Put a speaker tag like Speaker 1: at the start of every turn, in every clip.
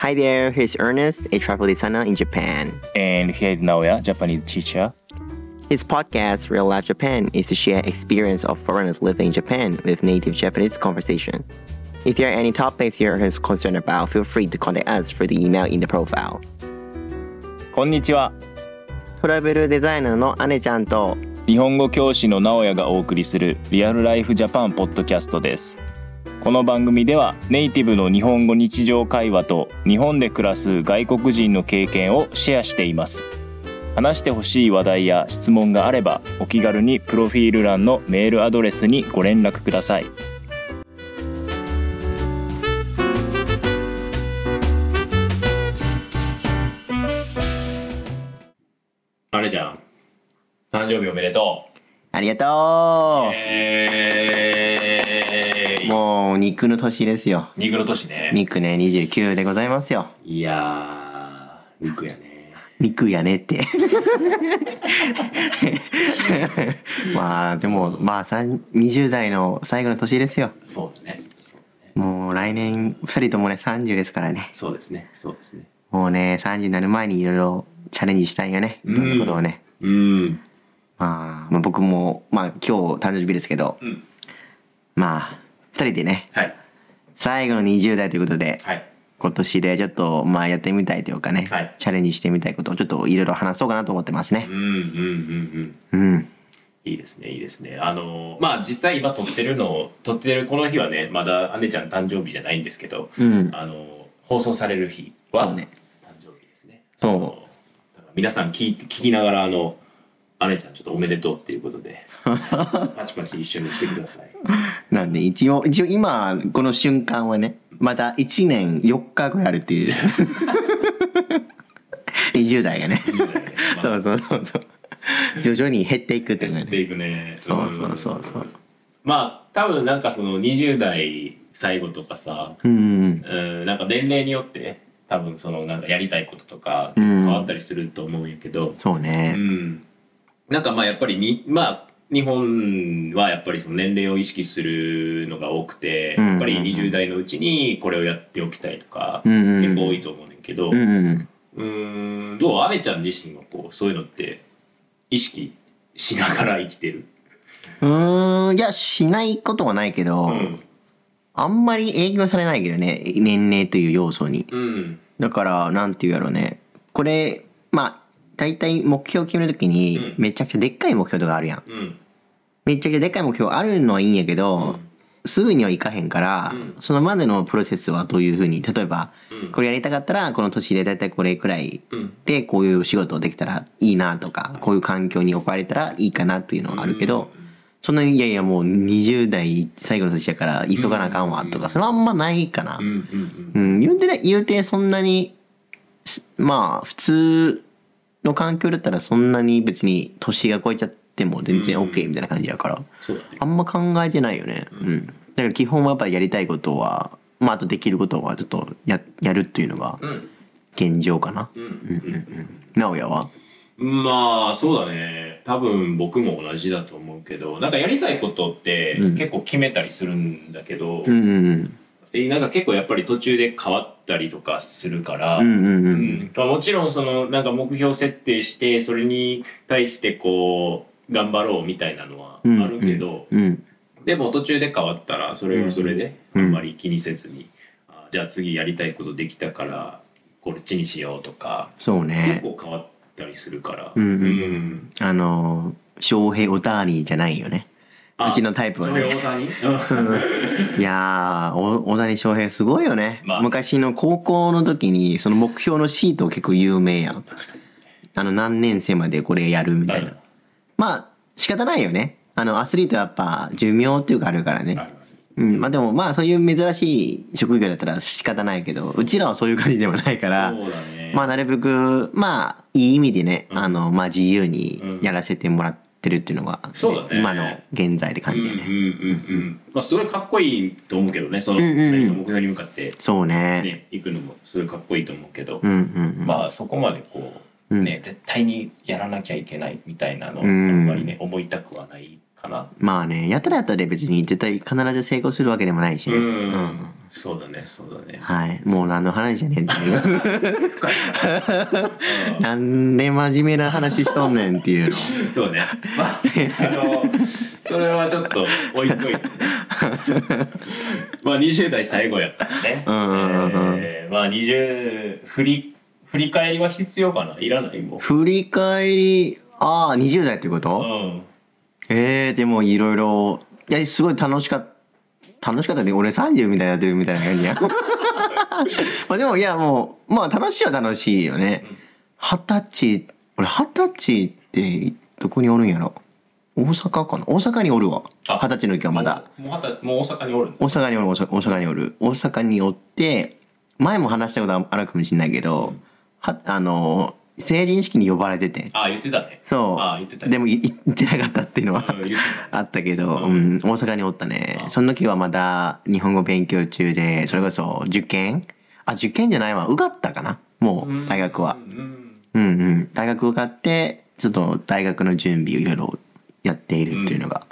Speaker 1: Hi there, here's Ernest, a travel designer in Japan.
Speaker 2: And here is Naoya, Japanese teacher.
Speaker 1: His podcast, Real Life Japan, is to share experience of foreigners living in Japan with native Japanese conversation. If there are any topics you're concerned about, feel free to contact us through the email in the profile.
Speaker 2: こんにちは。
Speaker 1: トラベルデザイナーの姉ちゃんと
Speaker 2: 日本語教師の直哉がお送りするリアルライフジャパンポッドキャストです。この番組ではネイティブの日本語日常会話と日本で暮らす外国人の経験をシェアしています。話してほしい話題や質問があればお気軽にプロフィール欄のメールアドレスにご連絡ください。あれじゃん。誕生日おめでと
Speaker 1: ありが
Speaker 2: う
Speaker 1: とう、
Speaker 2: えー、
Speaker 1: もう肉の年ですよ。
Speaker 2: 肉の年ね
Speaker 1: 肉ね、29でございますよ。
Speaker 2: いやー肉やね
Speaker 1: 肉やねって。まあ、でも、まあ、さん20代の最後の年ですよ。
Speaker 2: そうだねそうだね
Speaker 1: もう来年、2人ともね、30ですからね。
Speaker 2: そうですねそうですね
Speaker 1: もうね、30になる前にいろいろチャレンジしたいよね。いろんなことをね。
Speaker 2: うん
Speaker 1: まあ、まあ、僕も、まあ、今日誕生日日ですけど、
Speaker 2: うん
Speaker 1: まあ、2人でね、
Speaker 2: はい
Speaker 1: 最後の20代ということで、
Speaker 2: はい
Speaker 1: 今年でちょっと、まあ、やってみたいというかね、
Speaker 2: はい
Speaker 1: チャレンジしてみたいことをちょっといろいろ話そうかなと思ってます
Speaker 2: う
Speaker 1: ね
Speaker 2: ん。うんうんうん
Speaker 1: うん。
Speaker 2: いいですねいいですねあのーまあ実際今撮ってるのを撮ってるこの日はねまだ姉ちゃん誕生日じゃないんですけど
Speaker 1: うん。
Speaker 2: あのー放送される日
Speaker 1: そ
Speaker 2: は
Speaker 1: うね
Speaker 2: 誕生日ですね
Speaker 1: そう
Speaker 2: あのーだから皆さん聞いて聞きながらあの姉ちゃんちょっとおめでとうっていうことでパチパチ一緒にしてください
Speaker 1: なんで、一応、一応今、この瞬間はね、まだ1年4日ぐらいあるって いう。20代がね。
Speaker 2: 20代ね まあ
Speaker 1: そうそうそうそう。徐々に減っていくっていう
Speaker 2: や
Speaker 1: ね
Speaker 2: っていくね
Speaker 1: そうそうそうそうん
Speaker 2: まあ多分なんかその20代最後とかさ
Speaker 1: うん
Speaker 2: うんなんか年齢によって多分そのなんかやりたいこととか変わったりすると思うんやけど、
Speaker 1: そう
Speaker 2: うん
Speaker 1: ね
Speaker 2: なんかまあやっぱりにまあ日本はやっぱりその年齢を意識するのが多くて、
Speaker 1: うん
Speaker 2: やっぱり20代のうちにこれをやっておきたいとか、
Speaker 1: うんうん
Speaker 2: 結構多いと思うねんだけど、
Speaker 1: うんうん
Speaker 2: うんどうあれちゃん自身はこうそういうのって意識しながら生きてる、
Speaker 1: うーんいやしないことはないけど、
Speaker 2: うん
Speaker 1: あんまり営業されないけどね年齢という要素に
Speaker 2: うん
Speaker 1: だからなんていうやろうねこれまあ大体目標を決めるときに
Speaker 2: うん
Speaker 1: めちゃくちゃでっかい目標とかあるやん
Speaker 2: うん
Speaker 1: めちゃくちゃでっかい目標あるのはいいんやけど、
Speaker 2: うん
Speaker 1: すぐにはいかへんから、
Speaker 2: うん
Speaker 1: そのまでのプロセスはどういうふうに例えば、
Speaker 2: うん
Speaker 1: これやりたかったらこの年で大体これくらい
Speaker 2: うん
Speaker 1: でこういう仕事できたらいいなとかこういう環境に置かれたらいいかなっていうのはあるけど、そんなにいやいやもう20代最後の年やから急がなあかんわとか、それはあんまないかな
Speaker 2: うんう、ん
Speaker 1: うん言うてね言うてそんなにしまあ普通の環境だったらそんなに別に年が超えちゃっても全然 OK みたいな感じやから、
Speaker 2: そうだね
Speaker 1: あんま考えてないよねうんだから基本はやっぱりやりたいことはまああとできることはちょっとややるっていうのが
Speaker 2: うん
Speaker 1: 現状かな
Speaker 2: うん
Speaker 1: 直哉は
Speaker 2: うんまあそうだね多分僕も同じだと思うけどなんかやりたいことって
Speaker 1: うん
Speaker 2: 結構決めたりするんだけど、
Speaker 1: うんうん
Speaker 2: えなんか結構やっぱり途中で変わったりとかするから、
Speaker 1: うんうんうんう
Speaker 2: うんんまあ、もちろんそのなんか目標設定してそれに対してこう頑張ろうみたいなのはあ
Speaker 1: うん
Speaker 2: るけど、
Speaker 1: うん
Speaker 2: でも途中で変わったらそれはそれであんまり気にせずに、あじゃあ次やりたいことできたからこっちにしようとか
Speaker 1: そう
Speaker 2: 結
Speaker 1: ね
Speaker 2: 構変わったりするから、
Speaker 1: うんうん
Speaker 2: ん
Speaker 1: あの翔平オターニーじゃないよね
Speaker 2: あ
Speaker 1: うちのタイプ
Speaker 2: そ
Speaker 1: は
Speaker 2: ういう
Speaker 1: ね
Speaker 2: 大谷
Speaker 1: いやーお大谷翔平すごいよね、
Speaker 2: まあ
Speaker 1: 昔の高校の時にその目標のシート結構有名やん
Speaker 2: 確かに
Speaker 1: あの何年生までこれやるみたいな、
Speaker 2: うん
Speaker 1: まあ仕方ないよねあのアスリートはやっぱ寿命っていうかあるからね、
Speaker 2: あります
Speaker 1: うん、まあでもまあそういう珍しい職業だったら仕方ないけどうちらはそういう感じでもないから
Speaker 2: そうだね、
Speaker 1: まあなるべくまあいい意味でね、
Speaker 2: うん
Speaker 1: あのまあ自由にやらせてもらってるっていうのが、
Speaker 2: そうだね
Speaker 1: 今の現在って感
Speaker 2: うん
Speaker 1: じ
Speaker 2: うん
Speaker 1: だ
Speaker 2: う
Speaker 1: よ
Speaker 2: ん
Speaker 1: ね、
Speaker 2: うんまあすごいかっこいいと思うけどねその
Speaker 1: うんうんうん
Speaker 2: 何か目標に向かって、
Speaker 1: そうね
Speaker 2: ね、行くのもすごいかっこいいと思うけど、
Speaker 1: うんうんうん
Speaker 2: まあそこまでこう、
Speaker 1: うん
Speaker 2: ね絶対にやらなきゃいけないみたいなのをあ
Speaker 1: うん
Speaker 2: んまりね思いたくはないかな
Speaker 1: まあねやったらやったで別に絶対必ず成功するわけでもないしね、
Speaker 2: うん
Speaker 1: うん
Speaker 2: そうだねそうだね
Speaker 1: はい。もう何の話じゃねんっていう。
Speaker 2: 深い
Speaker 1: なんで真面目な話しとんねんって いうの。
Speaker 2: なそうねまああのそれはちょっと置い といてねまあ20代最後やったらね、
Speaker 1: うんうんうんうん
Speaker 2: えーまあ20振り振り返りは必要かないらないもう
Speaker 1: 振り返り、ああ、20代ってこと、
Speaker 2: うん
Speaker 1: えー、でもいろいろいやすごい楽しかった楽しかったね俺30みたいになってるみたいな感じや まあでもいやもうまあ楽しいは楽しいよね二十歳俺二十歳ってどこにおるんやろ大阪かな大阪におるわ
Speaker 2: あ
Speaker 1: 二十歳の時はまだ
Speaker 2: もうもう二十もう大阪におるんだ
Speaker 1: 大阪におる大阪大阪におる大阪におって前も話したことあるかもしれないけど、はあの成人式に呼ばれてて
Speaker 2: ああ言ってた ね
Speaker 1: そう
Speaker 2: ああ言ってたね
Speaker 1: でもい行ってなかったっていうのは
Speaker 2: うん言って
Speaker 1: あったけど、
Speaker 2: う
Speaker 1: うんん、大阪におったね
Speaker 2: あ。
Speaker 1: その時はまだ日本語勉強中で、それこそ受験あ、受験じゃないわ。受かったかなも
Speaker 2: た
Speaker 1: う、大学は
Speaker 2: う。ん
Speaker 1: うんうん。大学受かって、ちょっと大学の準備をいろいろやっているっていうのが。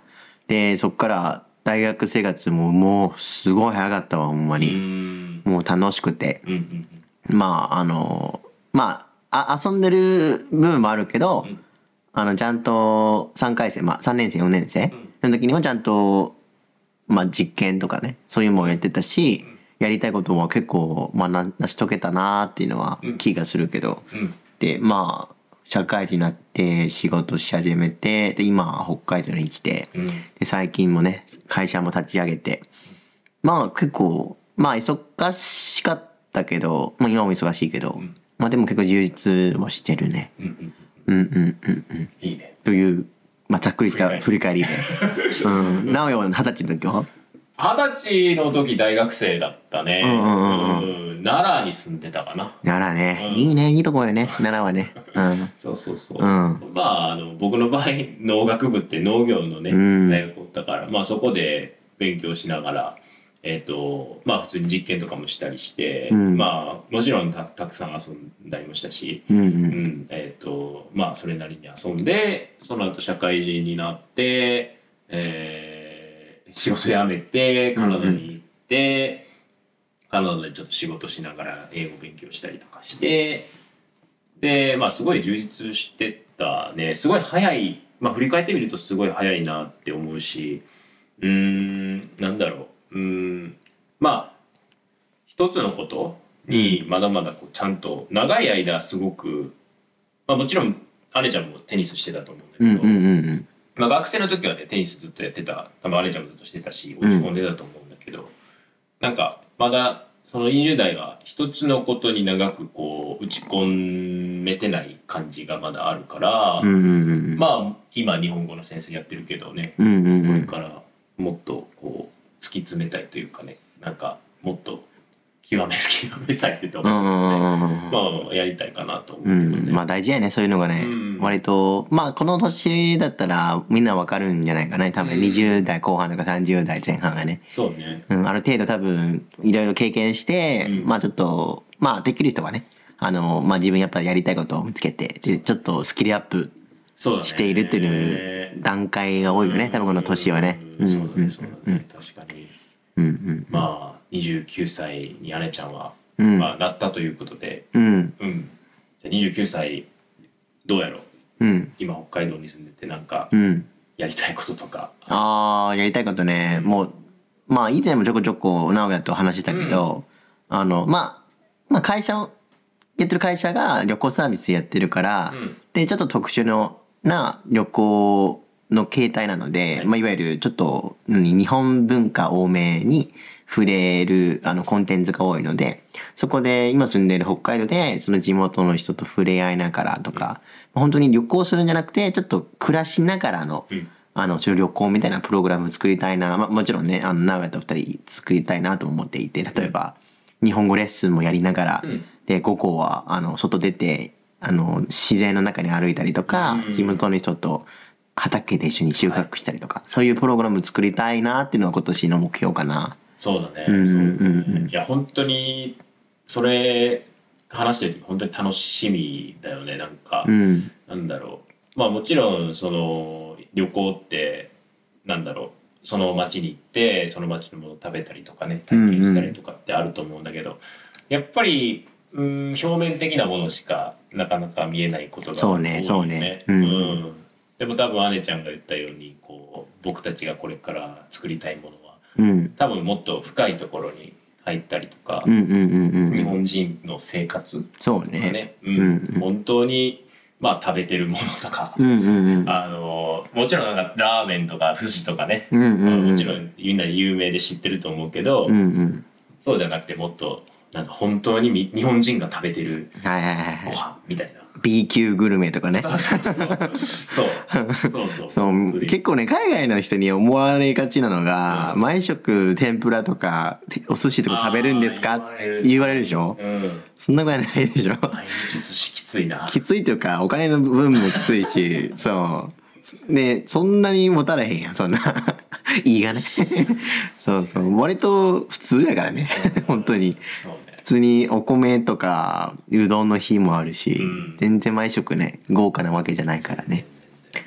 Speaker 1: で、そっから大学生活ももうすごい早かったわ、ほんま
Speaker 2: うんう
Speaker 1: に。
Speaker 2: ん
Speaker 1: もう楽しくて。
Speaker 2: うんうん
Speaker 1: まあ、あの、まあ、あ遊んでる部分もあるけど、
Speaker 2: うん
Speaker 1: あの、ちゃんと3回生、まあ3年生、4年生の時にもちゃんと、まあ実験とかね、そういうのもやってたし、やりたいことは結構、まあな、成し遂げたなーっていうのは
Speaker 2: うん
Speaker 1: 気がするけど、
Speaker 2: うん
Speaker 1: で、まあ、社会人になって仕事し始めて、で、今、北海道に来て、
Speaker 2: うん
Speaker 1: で最近もね会社も立ち上げてまあ結構まあ忙しかったけど、まあ、今も忙しいけど、
Speaker 2: ん
Speaker 1: まあでも結構充実はしてるね
Speaker 2: うん
Speaker 1: う
Speaker 2: うん
Speaker 1: んうんうんうん
Speaker 2: いいね
Speaker 1: という、まあ、ざっくりした振
Speaker 2: 振
Speaker 1: り返りで うん直哉は二十歳の時は
Speaker 2: 二十歳の時大学生だったね、
Speaker 1: うんうん
Speaker 2: うん奈良に住んでたかな
Speaker 1: 奈良ね、
Speaker 2: うん
Speaker 1: いいねいいとこよね奈良はねうん
Speaker 2: そうそうそう、
Speaker 1: うん
Speaker 2: まああの僕の場合農学部って農業のね、
Speaker 1: うん
Speaker 2: 大学だから、まあ、そこで勉強しながら、えっとまあ、普通に実験とかもしたりして、
Speaker 1: うん
Speaker 2: まあ、もちろんたたくさん遊んだりもしたし、
Speaker 1: うんう
Speaker 2: うんんえっとまあ、それなりに遊んでその後社会人になって、えー仕事辞めてカナダに行って、カナダでちょっと仕事しながら英語勉強したりとかして。でまあすごい充実してたねすごい早いまあ振り返ってみるとすごい早いなって思うしうーんなんだろううーんまあ一つのことにまだまだこうちゃんと長い間すごくまあもちろんアレちゃんもテニスしてたと思うんだけ
Speaker 1: うん
Speaker 2: ど、
Speaker 1: うんうん
Speaker 2: まあ、学生の時はねテニスずっとやってた多分アレちゃんもずっとしてたし落ち込んでたと思うんだけど、なんかまだその20代は一つのことに長くこう打ち込めてない感じがまだあるから、
Speaker 1: うんうんうん
Speaker 2: まあ今日本語の先生やってるけどね
Speaker 1: うんうんう
Speaker 2: これ
Speaker 1: ん
Speaker 2: からもっとこう突き詰めたいというかねなんかもっと極め極めたいって言った
Speaker 1: う
Speaker 2: ら
Speaker 1: んう
Speaker 2: おかしいけど
Speaker 1: んうんうん
Speaker 2: ねまあまあやりたいかなと思う
Speaker 1: う
Speaker 2: けどね。
Speaker 1: ん、まあ大事やねそういうのがね、
Speaker 2: うん
Speaker 1: 割とまあこの年だったらみんなわかるんじゃないかね多分
Speaker 2: うん
Speaker 1: 20代後半とか30代前半がね、
Speaker 2: そうね
Speaker 1: うん、ある程度多分いろいろ経験して、
Speaker 2: うん
Speaker 1: まあちょっとまあできる人はねあの、まあ、自分やっぱりやりたいことを見つけてでちょっとスキルアップ
Speaker 2: そうだね
Speaker 1: しているっていう段階が多いよね多分この年はね。
Speaker 2: うん
Speaker 1: ん
Speaker 2: そうだね、そうだね、確かに。
Speaker 1: うんうん
Speaker 2: まあ、29歳に姉ちゃんは、
Speaker 1: うん
Speaker 2: まあ、なったということで、
Speaker 1: うん
Speaker 2: うん。じゃあ29歳、どうやろう
Speaker 1: うん
Speaker 2: 今、北海道に住んでて、なんか
Speaker 1: う、ん
Speaker 2: やりたいこととか。
Speaker 1: ああやりたいことねもうまあ以前もちょこちょこ直哉と話したけど、あのまあまあ会社をやってる会社が旅行サービスやってるから、
Speaker 2: うん
Speaker 1: でちょっと特殊のな旅行の形態なので、
Speaker 2: はい
Speaker 1: いまあ、いわゆるちょっと何日本文化多めに触れるあのコンテンツが多いのでそこで今住んでる北海道でその地元の人と触れ合いながらとか、本当に旅行するんじゃなくてちょっと暮らしながらの、
Speaker 2: うん
Speaker 1: あの、そういう旅行みたいなプログラム作りたいな。まあ、もちろんね、あの、直哉と二人作りたいなと思っていて、例えば、日本語レッスンもやりながら、
Speaker 2: うん
Speaker 1: で、午後は、あの、外出て、あの、自然の中に歩いたりとか、
Speaker 2: うん
Speaker 1: 地元の人と畑で一緒に収穫したりとか、そういうプログラム作りたいなっていうのが今年の目標かな。
Speaker 2: そうだね。
Speaker 1: うんうん
Speaker 2: そうだ
Speaker 1: うんうん
Speaker 2: ねいや、本当に、それ、話してる時、本当に楽しみだよね、なんか。
Speaker 1: うん。
Speaker 2: なんだろうまあもちろんその旅行ってなんだろうその町に行ってその町のものを食べたりとかね体験したりとかってあると思うんだけど、やっぱりうん表面的なものしかなかなか見えないことが
Speaker 1: そ
Speaker 2: 多
Speaker 1: う
Speaker 2: いよね
Speaker 1: ねそう
Speaker 2: う
Speaker 1: ねうんん
Speaker 2: でも多分姉ちゃんが言ったようにこう僕たちがこれから作りたいものは
Speaker 1: うん
Speaker 2: 多分もっと深いところに入ったりとか、
Speaker 1: うんうんうんう
Speaker 2: 日
Speaker 1: ん
Speaker 2: 本人の生活
Speaker 1: そう
Speaker 2: とか
Speaker 1: ね
Speaker 2: ね、うん
Speaker 1: うんうん
Speaker 2: 本当に、まあ、食べてるものとか、
Speaker 1: うんうんうん
Speaker 2: あのもちろんなんかラーメンとか寿司とかね、
Speaker 1: うんうんうん
Speaker 2: もちろんみんな有名で知ってると思うけど、
Speaker 1: うんうん
Speaker 2: そうじゃなくてもっとなんか本当にみ日本人が食べてる
Speaker 1: はいはいはい
Speaker 2: ご
Speaker 1: はい
Speaker 2: 飯みたいな。
Speaker 1: B 級グルメとかね
Speaker 2: そうそうそうそうそうそう
Speaker 1: そう結構ね海外の人に思われがちなのが、
Speaker 2: うん
Speaker 1: 毎食天ぷらとかてお寿司とか食べるんですか
Speaker 2: あ
Speaker 1: っ
Speaker 2: ー
Speaker 1: て言
Speaker 2: 言
Speaker 1: われるでしょ
Speaker 2: うん
Speaker 1: そんなことはないでしょ
Speaker 2: 毎日寿司きついな
Speaker 1: きついというかお金の分もきつい しそうねそんなに持たれへんやんそんな いい がねそうそう割と普通やからね本当に
Speaker 2: そうね
Speaker 1: 普通にお米とかうどんの日もあるし、
Speaker 2: うん
Speaker 1: 全然毎食ね豪華なわけじゃないからね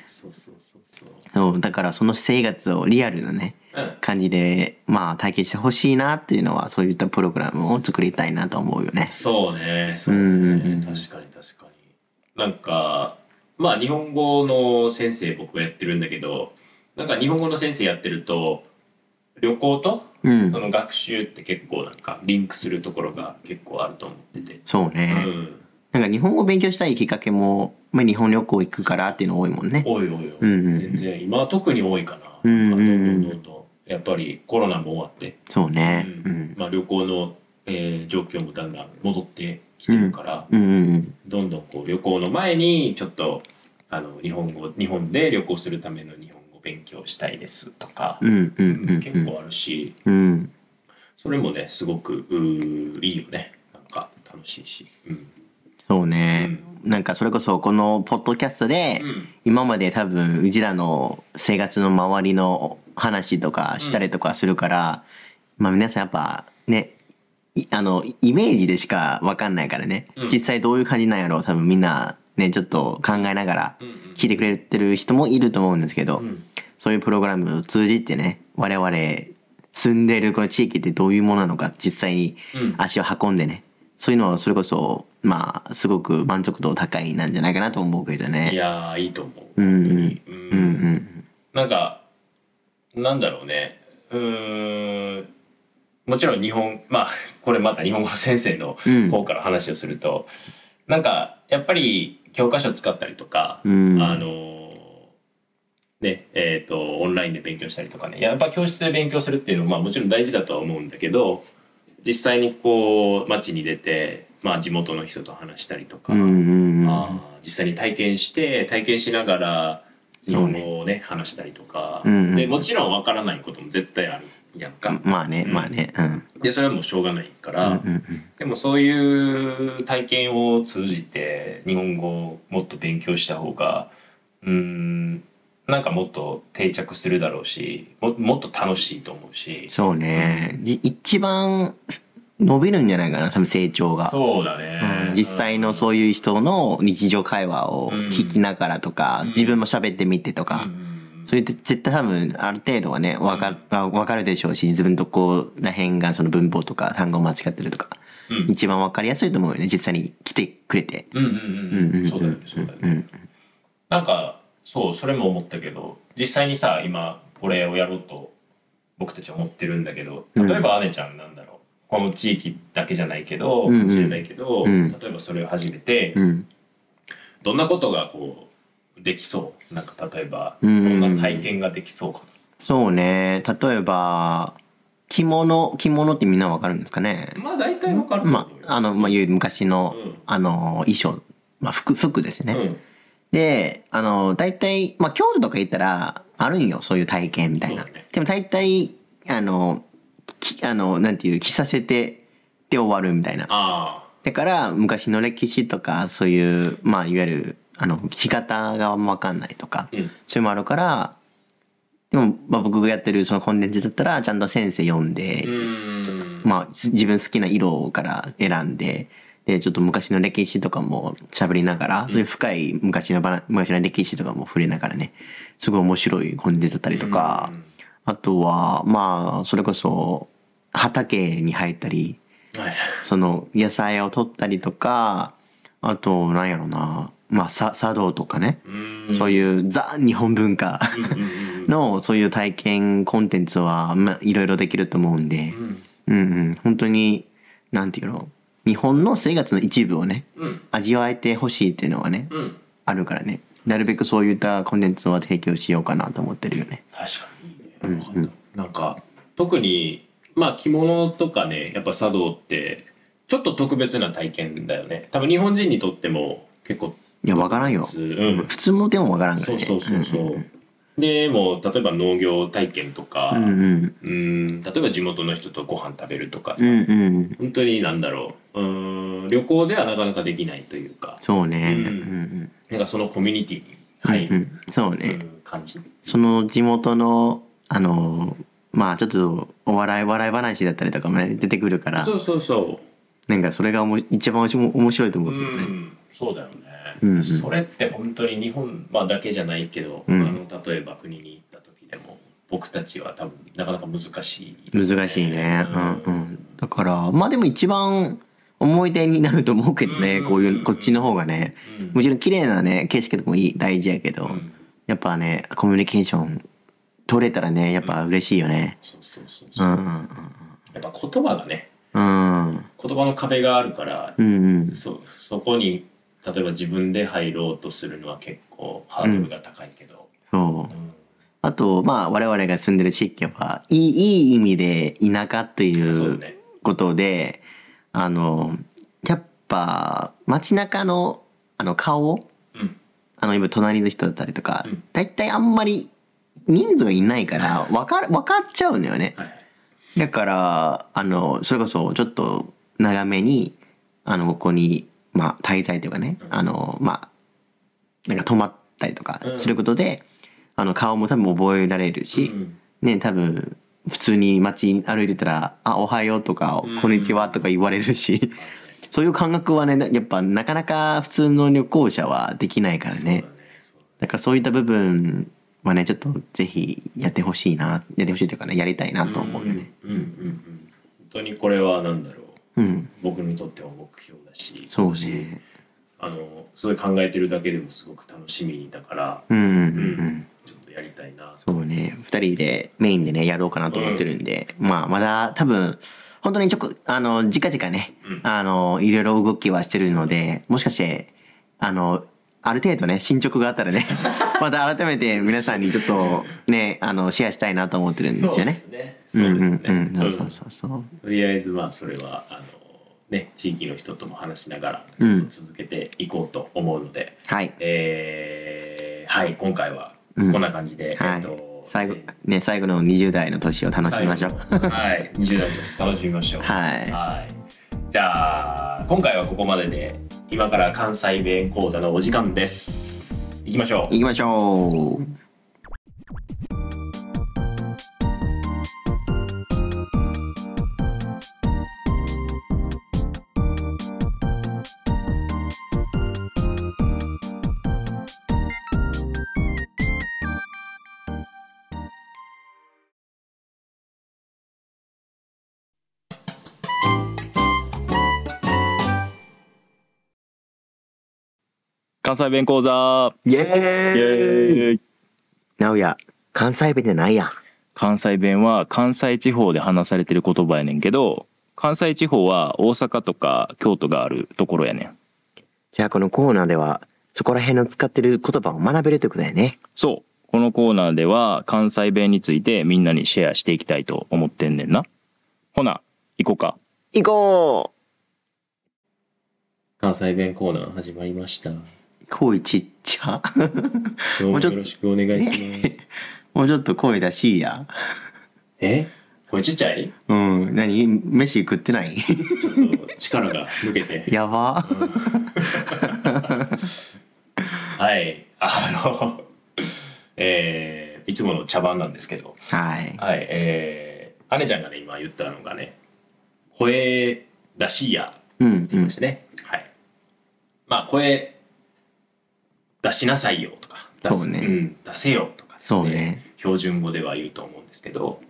Speaker 2: そうそうそうそう
Speaker 1: そうだからその生活をリアルなね
Speaker 2: うん
Speaker 1: 感じでまあ体験してほしいなっていうのはそういったプログラムを作りたいなと思うよね。
Speaker 2: そうねそう
Speaker 1: うん
Speaker 2: ね
Speaker 1: うんうん
Speaker 2: 確かに確かになんかまあ日本語の先生僕がやってるんだけどなんか日本語の先生やってると旅行と
Speaker 1: うん
Speaker 2: そ、の学習って結構なんかリンクするところが結構あると思ってて、
Speaker 1: そう
Speaker 2: う
Speaker 1: ね、
Speaker 2: ん、
Speaker 1: なんか日本語勉強したいきっかけも、まあ、日本旅行行くからっていうの多いもんね。
Speaker 2: 多い多い多い、
Speaker 1: うんうんうん
Speaker 2: 全然今は特に多いかな,、
Speaker 1: うん
Speaker 2: な
Speaker 1: うんうん
Speaker 2: んかどんどんどんどんやっぱりコロナも終わって、
Speaker 1: そう
Speaker 2: う
Speaker 1: ね。うんん。
Speaker 2: まあ、旅行の、えー状況もだんだん戻ってきてるから、
Speaker 1: うんうん
Speaker 2: どんどんこう旅行の前にちょっとあの日本語日本で旅行するための日本語勉強したいですとか、
Speaker 1: うんうんうんうんうん
Speaker 2: 結構あるし
Speaker 1: うん
Speaker 2: それもねすごくうーいいよねなんか楽しいし。うん
Speaker 1: そうね、なんかそれこそこのポッドキャストで、
Speaker 2: うん
Speaker 1: 今まで多分うちらの生活の周りの話とかしたりとかするから、まあ皆さんやっぱねいあのイイメージでしか分かんないからね、
Speaker 2: うん
Speaker 1: 実際どういう感じなんやろう多分みんなねちょっと考えながら
Speaker 2: うんうん
Speaker 1: 聞いてくれてる人もいると思うんですけど、
Speaker 2: うん
Speaker 1: そういうプログラムを通じてね我々住んでいるこの地域ってどういうものなのか実際に
Speaker 2: うん
Speaker 1: 足を運んでねそういうのはそれこそまあすごく満足度高いなんじゃないかなと思うけどね。
Speaker 2: いやーいいと思
Speaker 1: う
Speaker 2: う
Speaker 1: ん
Speaker 2: 本当に、う
Speaker 1: うんうんん
Speaker 2: なんかなんだろうねうーんもちろん日本まあこれまた日本語の先生の
Speaker 1: うん
Speaker 2: 方から話をすると、なんかやっぱり教科書使ったりとか、
Speaker 1: うん
Speaker 2: あのねえー、とオンラインで勉強したりとかねやっぱ教室で勉強するっていうのは、まあ、もちろん大事だとは思うんだけど実際にこう街に出て、まあ、地元の人と話したりとか、
Speaker 1: うんうんうん
Speaker 2: あー実際に体験して体験しながら日本語をね話したりとか、
Speaker 1: うんうん
Speaker 2: でもちろんわからないことも絶対あるやんか、
Speaker 1: まあね
Speaker 2: うん
Speaker 1: まあねうん
Speaker 2: でそれはもうしょうがないか
Speaker 1: う
Speaker 2: ら、
Speaker 1: んうん
Speaker 2: でもそういう体験を通じて日本語をもっと勉強した方がうーんなんかもっと定着するだろうしももっと楽しいと思うし
Speaker 1: そうねじ一番伸びるんじゃないかな多分成長が。
Speaker 2: そうだね、
Speaker 1: うん実際のそういう人の日常会話を聞きながらとか、
Speaker 2: うん
Speaker 1: 自分も喋ってみてとか、
Speaker 2: うん
Speaker 1: そういう絶対多分ある程度はねわか,、わかるでしょうし自分とこら辺がその文法とか単語間違ってるとか
Speaker 2: うん
Speaker 1: 一番わかりやすいと思うよね実際に来てくれて。
Speaker 2: うんうんうん
Speaker 1: う
Speaker 2: うん
Speaker 1: うん
Speaker 2: んそうだよねそうだよね、
Speaker 1: うん
Speaker 2: なんかそうそれも思ったけど実際にさ今これをやろうと僕たちは思ってるんだけど
Speaker 1: うん
Speaker 2: 例えば姉ちゃんなんだろう、この地域だけじゃないけど、
Speaker 1: うんうん
Speaker 2: かもしれないけど、
Speaker 1: うん
Speaker 2: 例えばそれを始めて、
Speaker 1: うん
Speaker 2: どんなことがこうできそうなんか例えば
Speaker 1: う
Speaker 2: ど
Speaker 1: ん
Speaker 2: んな体験ができそうか
Speaker 1: そうね例えば着物着物ってみんなわかるんですかね
Speaker 2: な、まあ大体わかると思
Speaker 1: ま
Speaker 2: うよ
Speaker 1: ああの、まあ、いわゆる昔の,、
Speaker 2: うん
Speaker 1: あの衣装、まあ、服服ですね。
Speaker 2: うん
Speaker 1: であの大体、まあ、京都とか行ったらあるんよそういう体験みたいな、
Speaker 2: そうだね
Speaker 1: でも大体あのきあのなんていう着させてで終わるみたいな
Speaker 2: あ
Speaker 1: だから昔の歴史とかそういう、まあ、いわゆるあの着方が分かんないとか、
Speaker 2: あうん
Speaker 1: それもあるからでも、まあ、僕がやってるそのコンテンツだったらちゃんと先生読んで、
Speaker 2: うん
Speaker 1: まあ、す自分好きな色から選んででちょっと昔の歴史とかも喋りながら、そういう深い昔のばな昔の歴史とかも触れながらねすごい面白いコンテンツだったりとか、
Speaker 2: うん
Speaker 1: あとはまあそれこそ畑に入ったり
Speaker 2: はい
Speaker 1: その野菜を取ったりとかあとなんやろなまあさ茶道とかね、そういうザ日本文化
Speaker 2: うんうんうん
Speaker 1: のそういう体験コンテンツは、まあ、いろいろできると思うんで
Speaker 2: う、ん
Speaker 1: うんうん、本当になんていうの日本の生活の一部をね
Speaker 2: うん
Speaker 1: 味わえてほしいっていうのはね
Speaker 2: うん
Speaker 1: あるからねなるべくそういったコンテンツは提供しようかなと思ってるよね。
Speaker 2: 確かにいいね、
Speaker 1: うんうん
Speaker 2: なんか特にまあ着物とかねやっぱ茶道ってちょっと特別な体験だよね多分日本人にとっても結構
Speaker 1: いやわからんよ、
Speaker 2: 普通うん
Speaker 1: 普通もでもわからんから
Speaker 2: そう
Speaker 1: ね。
Speaker 2: そうそうそう、
Speaker 1: うん
Speaker 2: でもう例えば農業体験とか、
Speaker 1: うんうん
Speaker 2: うん例えば地元の人とご飯食べるとか
Speaker 1: う
Speaker 2: さ、
Speaker 1: んうん
Speaker 2: 本当になんだろううん旅行ではなかなかできないというか
Speaker 1: そうね、
Speaker 2: うん
Speaker 1: うん
Speaker 2: なんかそのコミュニティに
Speaker 1: うん
Speaker 2: 入
Speaker 1: う
Speaker 2: る、
Speaker 1: んそう
Speaker 2: う
Speaker 1: ね、
Speaker 2: ん感じ
Speaker 1: その地元のあのまあちょっとお笑い笑い話だったりとかもね出てくるから
Speaker 2: そうそうそう
Speaker 1: なんかそれがおも一番おも面白いと思
Speaker 2: う
Speaker 1: うけどね。
Speaker 2: ん、そうだよね、
Speaker 1: うんうん
Speaker 2: それって本当に日本、まあ、だけじゃないけど、
Speaker 1: うん
Speaker 2: あの例えば国に行った時でも僕たちは多分なかなか難しい、
Speaker 1: 難しいね、うんうん、だからまあでも一番思い出になると思うけどね、
Speaker 2: うん
Speaker 1: こういうこっちの方がね
Speaker 2: うん
Speaker 1: もちろん綺麗なね景色とかもいい大事やけど、
Speaker 2: うん
Speaker 1: やっぱねコミュニケーション取れたらねやっぱ嬉しいよね。
Speaker 2: そうそうそう
Speaker 1: う
Speaker 2: そう、
Speaker 1: んう
Speaker 2: や
Speaker 1: ん
Speaker 2: っぱ言葉がね
Speaker 1: うんうん
Speaker 2: 言葉の壁があるから、
Speaker 1: うん
Speaker 2: そそこに例えば自分で入ろうとするのは結構ハードルが高いけど、
Speaker 1: そううんあとまあ我々が住んでる地域はいいいい意味で田舎とい
Speaker 2: そう
Speaker 1: う
Speaker 2: ね
Speaker 1: ことで、あのやっぱ街中のあの顔
Speaker 2: うん
Speaker 1: あの今隣の人だったりとか、
Speaker 2: うん
Speaker 1: 大体あんまり人数がいないから分かる分かっちゃうのよね。
Speaker 2: はいはい
Speaker 1: だからあのそれこそちょっと長めにあのここに、まあ、滞在というかね
Speaker 2: うん
Speaker 1: あの、まあ、なんか泊まったりとか
Speaker 2: うん
Speaker 1: することで、あの顔も多分覚えられるし
Speaker 2: う、ん
Speaker 1: ね、多分普通に街歩いてたら「あおはよう」とか
Speaker 2: う
Speaker 1: 「
Speaker 2: ん
Speaker 1: こんにちは」とか言われるし、 そういう感覚はねやっぱなかなか普通の旅行者はできないから
Speaker 2: そうだ
Speaker 1: ね
Speaker 2: ね。そう
Speaker 1: だからそういった部分はねちょっとぜひやってほしいなやってほしいというかねやりたいなと思うよね。
Speaker 2: うんうんうんうん本当にこれは何だろ
Speaker 1: う
Speaker 2: う
Speaker 1: ん、
Speaker 2: 僕にとっては目標だし
Speaker 1: そう
Speaker 2: し
Speaker 1: ね。
Speaker 2: あのすごい考えてるだけでもすごく楽しみだから
Speaker 1: うんうん
Speaker 2: う
Speaker 1: うんん、
Speaker 2: ちょっとやりたいな
Speaker 1: そうね2人でメインでねやろうかなと思ってるんで、まあまだ多分本当にちょこあの近々ね、
Speaker 2: うん
Speaker 1: あのいろいろ動きはしてるのでもしかしてあのある程度ね進捗があったらねまた改めて皆さんにちょっとねあのシェアしたいなと思ってるんですよね。
Speaker 2: ね
Speaker 1: う
Speaker 2: そ
Speaker 1: ん
Speaker 2: う
Speaker 1: う
Speaker 2: です
Speaker 1: んうん
Speaker 2: ね
Speaker 1: そううんそうそうそう。
Speaker 2: とりあえずまあそれはあのね地域の人とも話しながらち
Speaker 1: う
Speaker 2: ょ
Speaker 1: ん
Speaker 2: っと続けていこうと思うので、
Speaker 1: はい。
Speaker 2: えーはい今回は
Speaker 1: うん
Speaker 2: こんな感じで、
Speaker 1: は
Speaker 2: えっ
Speaker 1: い
Speaker 2: と、
Speaker 1: 最後ね最後の20代の年を楽しみましょう。
Speaker 2: 最後のはい、20代として楽しみましょ う。
Speaker 1: はい
Speaker 2: じゃあ今回はここまでで、今から関西弁講座のお時間です。行きましょう
Speaker 1: 行。きましょう。
Speaker 3: 関西弁講座
Speaker 1: イエー
Speaker 3: イエーイ
Speaker 1: なおや関西弁じゃないやん。
Speaker 3: 関西弁は関西地方で話されてる言葉やねんけど関西地方は大阪とか京都があるところやねん
Speaker 1: じゃあこのコーナーではそこら辺の使ってる言葉を学べるということだよね。
Speaker 3: そうこのコーナーでは関西弁についてみんなにシェアしていきたいと思ってんねんなほな行こうか
Speaker 1: 行こ
Speaker 2: 関西弁コーナー始まりました。
Speaker 1: う声ちっち ゃ。
Speaker 2: どう
Speaker 1: も
Speaker 2: も
Speaker 1: うちょっ
Speaker 2: よ
Speaker 1: と
Speaker 2: ろしくお願いします。
Speaker 1: もうちょっと声出しいや。
Speaker 2: え、これちっちゃい？
Speaker 1: うん。何飯食ってない
Speaker 2: ちょっと力が抜けて。
Speaker 1: やば。
Speaker 2: はい、あの、えーいつもの茶番なんですけど。
Speaker 1: はい。
Speaker 2: はい、えー、姉ちゃんがね、今言ったのがね、声出しやっ
Speaker 1: う
Speaker 2: て
Speaker 1: ん
Speaker 2: 言いましたね。はい。まあ、声出しなさいよとか、出す
Speaker 1: そうね
Speaker 2: ん、出せよとかです
Speaker 1: そうね
Speaker 2: 標準語では言うと思うんですけど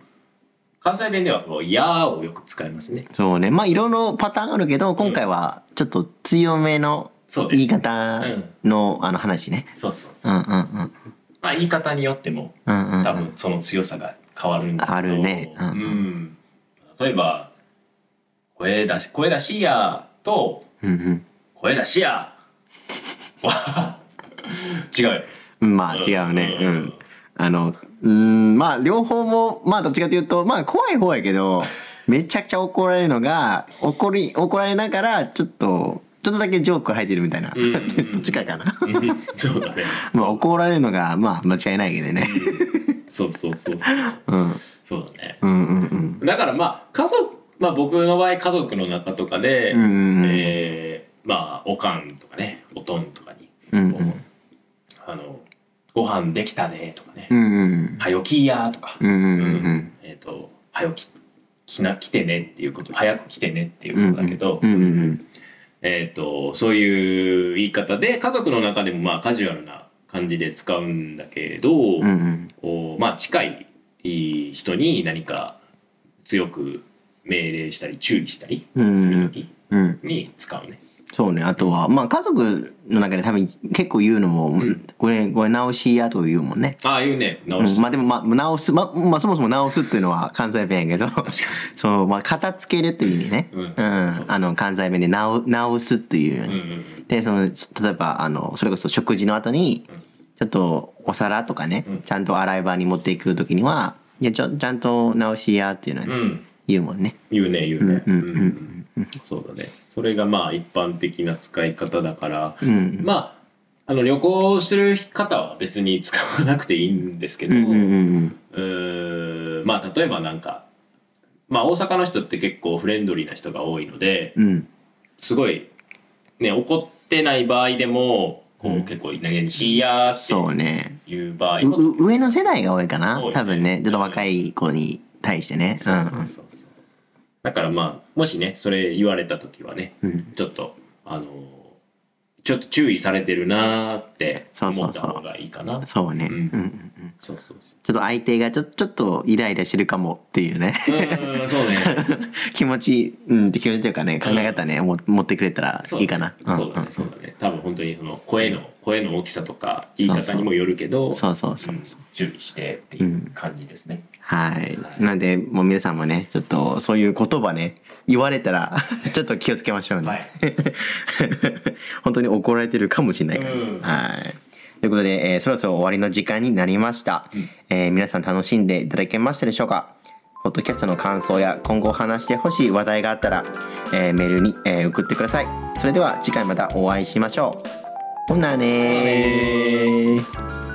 Speaker 2: 関西弁ではこの「や」をよく使いますね。
Speaker 1: そうねまあいろいろパターンあるけど今回はちょっと強めの
Speaker 2: そうです
Speaker 1: 言い方のあの話ね
Speaker 2: そうそう
Speaker 1: う
Speaker 2: そ
Speaker 1: んう
Speaker 2: う
Speaker 1: う
Speaker 2: ん
Speaker 1: ん
Speaker 2: まあ言い方によっても
Speaker 1: うんうんうん
Speaker 2: 多分その強さが変わるんだけど
Speaker 1: あるねう
Speaker 2: うんん
Speaker 1: うん
Speaker 2: 例えば「声出し声出しや」と
Speaker 1: うん
Speaker 2: 「声出しや」 は違うよ
Speaker 1: うんまあ違うねうんあのうんまあ両方もまあどっちかというとまあ怖い方やけどめちゃくちゃ怒られるのが怒り怒られながらちょっとちょっとだけジョーク入ってるみたいな
Speaker 2: うんうん
Speaker 1: どっちかかな
Speaker 2: うんうんそうだね
Speaker 1: まあ怒られるのがまあ間違いないけどね
Speaker 2: そうそうそうそ
Speaker 1: う
Speaker 2: う
Speaker 1: ん
Speaker 2: そうだね
Speaker 1: うんうんうん
Speaker 2: だからまあ家族まあ僕の場合家族の中とかで、
Speaker 1: うんうんうん
Speaker 2: えーまあおかんとかねおとんとかに
Speaker 1: うん
Speaker 2: こうあの「ご飯できたね」とかね
Speaker 1: うんうん
Speaker 2: 「はよきや」とか
Speaker 1: うんうんうんうん
Speaker 2: えっ、と「はよき来な来てね」っていうこと「早く来てね」っていうことだけど、
Speaker 1: うんうんうん
Speaker 2: えっ、とそういう言い方で家族の中でもまあカジュアルな感じで使うんだけど、
Speaker 1: うんうん
Speaker 2: こうまあ近い人に何か強く命令したり注意したりする時
Speaker 1: うん
Speaker 2: に使うね。
Speaker 1: そうねあとはまあ家族の中で多分結構言うのも、
Speaker 2: ん
Speaker 1: これこれ直しやとか言うもんね。
Speaker 2: ああいうね
Speaker 1: う
Speaker 2: 直し、
Speaker 1: ん、まあでもまあ直すままあそもそも直すっていうのは関西弁やけどそうまあ片付けるっていう意味ね、
Speaker 2: うんそう
Speaker 1: あの関西弁で直直すっていうよう
Speaker 2: うん
Speaker 1: に、
Speaker 2: うんうん
Speaker 1: でその例えばあのそれこそ食事の後に
Speaker 2: うん
Speaker 1: ちょっとお皿とかね、
Speaker 2: うん
Speaker 1: ちゃんと洗い場に持っていく時にはいやちょちゃんと直しやっていうのはね、
Speaker 2: うん
Speaker 1: 言うもんね。
Speaker 2: 言うね言うね、
Speaker 1: うんうんうん
Speaker 2: うんそうだねそれがまあ一般的な使い方だから、
Speaker 1: うんうん
Speaker 2: まああの旅行してる方は別に使わなくていいんですけ
Speaker 1: う
Speaker 2: ど、
Speaker 1: んうんうん
Speaker 2: うーんまあ例えばなんか、まあ、大阪の人って結構フレンドリーな人が多いので
Speaker 1: うんうん
Speaker 2: すごい、ね、怒ってない場合でもこう、
Speaker 1: うん
Speaker 2: 結構何々しいやーっ
Speaker 1: そうね
Speaker 2: ていう場合も
Speaker 1: うう上の世代が多いかな
Speaker 2: 多いね
Speaker 1: 多分ねちょっと若い子に対してね
Speaker 2: そうそうそうそうだからまあもしねそれ言われた時はね
Speaker 1: うんうん
Speaker 2: ちょっとあのーちょっと注意されてるなーって
Speaker 1: そうそ
Speaker 2: 思
Speaker 1: う
Speaker 2: っ
Speaker 1: そう
Speaker 2: た方がいいかな
Speaker 1: そうね、う
Speaker 2: うんん
Speaker 1: うんうん、
Speaker 2: そうそうそう
Speaker 1: ちょっと相手がちょちょっとイライラしてるかもっていう ね
Speaker 2: うーんそうね
Speaker 1: 気持ち、うん、気持ちというかね考え方ね、も持ってくれたら
Speaker 2: そう
Speaker 1: いいかな
Speaker 2: そうだねそうだね多分本当にその声の声の大きさとか言い方にもよるけど
Speaker 1: そうそうそう
Speaker 2: うん注意してっていう感じですね、
Speaker 1: はい
Speaker 2: はい
Speaker 1: なんでもう皆さんもねちょっとそういう言葉ね言われたら ちょっと気をつけましょうね、
Speaker 2: はい
Speaker 1: 本当に怒られてるかもしれないから、
Speaker 2: うん
Speaker 1: はいということで、えーそろそろ終わりの時間になりました、
Speaker 2: うん
Speaker 1: えー皆さん楽しんでいただけましたでしょうかポッドキャストの感想や今後話してほしい話題があったら、えーメールに、えー送ってくださいそれでは次回またお会いしましょうほなねー